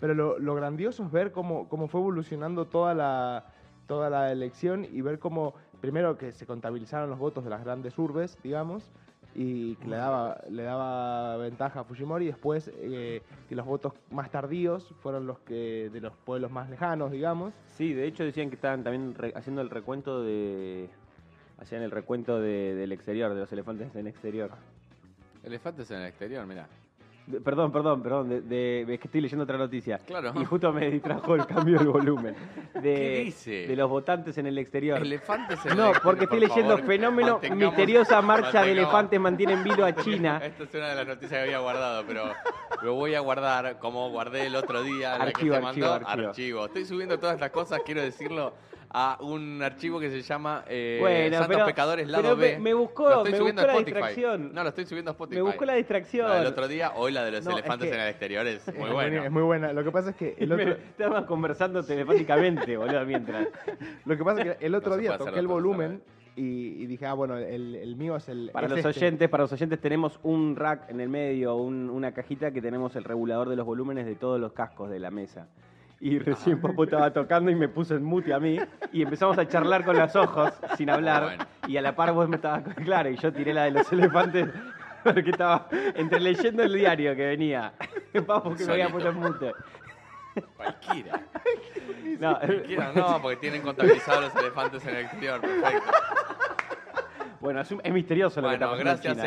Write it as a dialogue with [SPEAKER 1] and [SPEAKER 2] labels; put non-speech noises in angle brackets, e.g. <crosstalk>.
[SPEAKER 1] Pero lo, lo grandioso es ver cómo, cómo fue evolucionando toda la, toda la elección y ver cómo, primero que se contabilizaron los votos de las grandes urbes, digamos, y que le daba, le daba ventaja a Fujimori, y después eh, que los votos más tardíos fueron los que de los pueblos más lejanos, digamos.
[SPEAKER 2] Sí, de hecho decían que estaban también re- haciendo el recuento de. Hacían el recuento de- del exterior, de los elefantes en exterior.
[SPEAKER 3] Elefantes en el exterior, mirá.
[SPEAKER 2] De- perdón, perdón, perdón, de, de- es que estoy leyendo otra noticia.
[SPEAKER 3] Claro.
[SPEAKER 2] Y justo me distrajo el cambio del
[SPEAKER 3] <laughs>
[SPEAKER 2] volumen. De,
[SPEAKER 3] ¿Qué dice?
[SPEAKER 2] De los votantes en el exterior.
[SPEAKER 3] Elefantes en el
[SPEAKER 2] no,
[SPEAKER 3] exterior,
[SPEAKER 2] porque
[SPEAKER 3] por
[SPEAKER 2] estoy leyendo
[SPEAKER 3] favor.
[SPEAKER 2] fenómeno
[SPEAKER 3] Mantengamos-
[SPEAKER 2] misteriosa marcha de
[SPEAKER 3] mantengamos-
[SPEAKER 2] elefantes mantiene en vilo a China.
[SPEAKER 3] Esta es una de las noticias que había guardado, pero lo voy a guardar como guardé el otro día. la
[SPEAKER 2] Archivo,
[SPEAKER 3] que te mandó,
[SPEAKER 2] archivo, archivo.
[SPEAKER 3] Estoy subiendo todas estas cosas, quiero decirlo, a un archivo que se llama <laughs> eh,
[SPEAKER 2] Bueno,
[SPEAKER 3] Santos
[SPEAKER 2] pero-
[SPEAKER 3] Pecadores
[SPEAKER 2] pero
[SPEAKER 3] Lado
[SPEAKER 2] me-
[SPEAKER 3] B.
[SPEAKER 2] me buscó-
[SPEAKER 3] Lo estoy
[SPEAKER 2] me
[SPEAKER 3] subiendo
[SPEAKER 2] buscó
[SPEAKER 3] a
[SPEAKER 2] la
[SPEAKER 3] Spotify.
[SPEAKER 2] distracción.
[SPEAKER 3] No, lo estoy subiendo a Spotify.
[SPEAKER 2] Me busco la distracción.
[SPEAKER 3] La
[SPEAKER 2] <laughs>
[SPEAKER 3] del otro día, hoy la de los
[SPEAKER 2] No, es
[SPEAKER 3] elefantes
[SPEAKER 2] que-
[SPEAKER 3] en el exterior es muy
[SPEAKER 1] Es
[SPEAKER 3] buena.
[SPEAKER 1] Es muy buena. Lo que pasa es que
[SPEAKER 3] <laughs>
[SPEAKER 1] el
[SPEAKER 2] Me-
[SPEAKER 1] otro,
[SPEAKER 2] Estaban conversando telepáticamente, boludo, mientras.
[SPEAKER 1] lo que pasa es que el otro
[SPEAKER 3] No se
[SPEAKER 1] día
[SPEAKER 3] puede hacer ¿eh?
[SPEAKER 1] toqué el
[SPEAKER 3] las cosas a la
[SPEAKER 1] volumen y, y dije, ah, bueno, el, el mío es el.
[SPEAKER 2] Para
[SPEAKER 1] es
[SPEAKER 2] los
[SPEAKER 1] este.
[SPEAKER 2] oyentes, para los oyentes tenemos un rack en el medio, un- una cajita que tenemos el regulador de los volúmenes de todos los cascos de la mesa. Y
[SPEAKER 3] Ah.
[SPEAKER 2] recién Popo estaba tocando y me puso en mute a mí y empezamos a charlar con los ojos sin hablar.
[SPEAKER 3] Ah, Bueno.
[SPEAKER 2] Y a la par vos me estabas claro y yo tiré la de los elefantes porque estaba entre leyendo el diario que venía. <laughs> Papo que me había puesto
[SPEAKER 3] Solito.
[SPEAKER 2] en mute.
[SPEAKER 3] Cualquiera.
[SPEAKER 2] No,
[SPEAKER 3] Cualquiera, no, porque tienen contabilizados los elefantes en el exterior. Perfecto.
[SPEAKER 2] bueno, es, un- es misterioso lo que
[SPEAKER 3] Bueno,
[SPEAKER 2] está pasando en
[SPEAKER 3] gracias.
[SPEAKER 2] China,